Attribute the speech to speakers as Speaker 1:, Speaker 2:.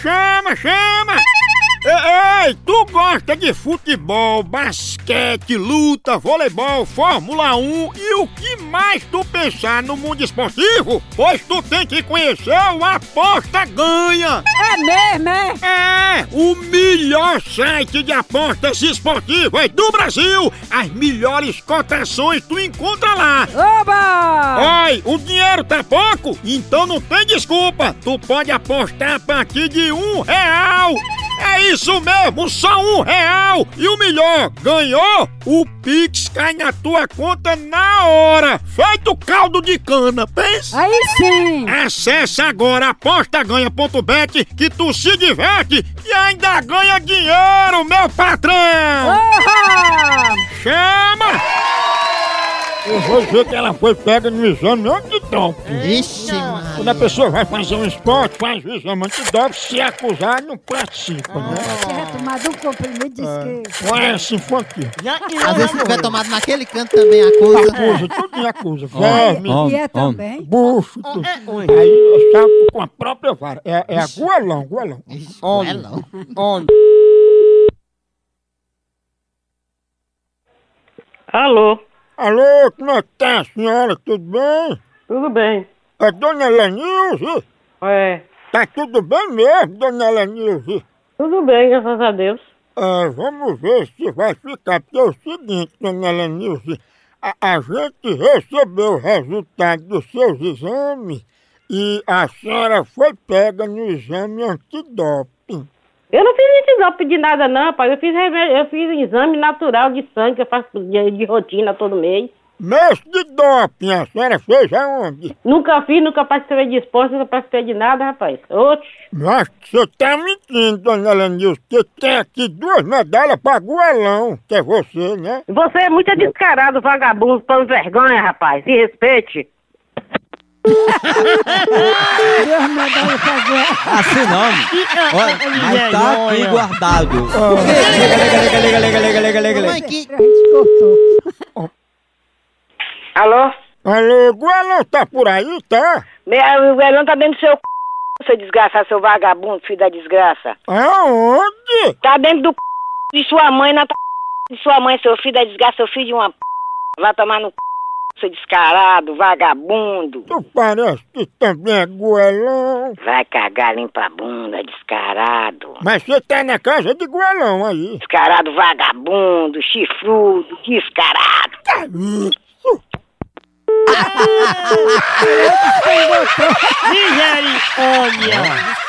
Speaker 1: chama, chama! Ei, ei, tu gosta de futebol, basquete, luta, voleibol, Fórmula 1 e o que mais tu pensar no mundo esportivo? Pois tu tem que conhecer o Aposta Ganha!
Speaker 2: É mesmo, é?
Speaker 1: É, o melhor site de apostas esportivas do Brasil! As melhores cotações tu encontra lá!
Speaker 2: Oba!
Speaker 1: Ai, o dinheiro tá pouco? Então não tem desculpa! Tu pode apostar a partir de um real! É isso mesmo, só um real! E o melhor, ganhou? O Pix cai na tua conta na hora! Feito caldo de cana, pensa!
Speaker 2: Aí sim!
Speaker 1: Acesse agora apostaganha.bet que tu se diverte e ainda ganha dinheiro, meu patrão!
Speaker 2: Oba!
Speaker 1: Chama! Eu vou dizer que ela foi pega no exame antidoping.
Speaker 3: Vixe,
Speaker 1: Quando a pessoa vai fazer um esporte, faz o exame antidoping, se acusar, não participa, né?
Speaker 2: Você vai tomar de um comprimido de esquerda.
Speaker 1: Com essa infantil.
Speaker 3: às vezes se tiver tomado naquele canto também a coisa.
Speaker 1: Acusa, tudo me acusa. Verme,
Speaker 2: E é
Speaker 4: on.
Speaker 2: também.
Speaker 1: bucho, tudo. Aí eu chapo com a própria vara. É, é a goelão, goelão.
Speaker 3: Ixi, é não.
Speaker 5: Alô,
Speaker 1: Alô, como é que tá a senhora? Tudo bem?
Speaker 5: tudo bem?
Speaker 1: É Dona Lenilze?
Speaker 5: É,
Speaker 1: Tá tudo bem mesmo, Dona Lenilze?
Speaker 5: tudo bem, graças a Deus.
Speaker 1: É, vamos ver se vai ficar, porque é o seguinte, Dona Lenilze, a, a gente recebeu o resultado dos seus exames e a senhora foi pega no exame antidoping.
Speaker 5: Eu não fiz antidoping de nada não, rapaz. Eu fiz, reve- eu fiz exame natural de sangue, que eu faço de, de rotina todo mês.
Speaker 1: Mês de doping, a senhora fez aonde?
Speaker 5: Nunca fiz, nunca participei de esporte, nunca participei de nada, rapaz. Oxe,
Speaker 1: Eu acho que você tá mentindo, Dona Lenilze, que tem aqui duas medalhas pra Goelão, que é você, né?
Speaker 5: você é muito descarado, vagabundo, pão de vergonha, rapaz. Se respeite.
Speaker 2: Deus mandou eu fazer.
Speaker 4: Assim não, meu. Olha, mas tá aqui guardado. Liga, liga, liga, liga, liga, liga, liga.
Speaker 3: Mãe, que...
Speaker 2: A gente cortou.
Speaker 5: Alô?
Speaker 1: Alô, Guelão tá por aí, tá?
Speaker 5: Meu, o Elão tá dentro do seu c... seu desgraçado, seu vagabundo, filho da desgraça.
Speaker 1: Aonde?
Speaker 5: Tá dentro do c... de sua mãe, na t... de sua mãe, seu filho da desgraça, seu filho de uma p... Vai tomar no c... seu descarado, vagabundo.
Speaker 1: Tu parece que também é Goelão.
Speaker 5: Vai cagar, limpa a bunda, descarado.
Speaker 1: Mas você tá na casa de Goelão aí.
Speaker 5: Descarado, vagabundo, chifrudo, descarado.
Speaker 3: Olha.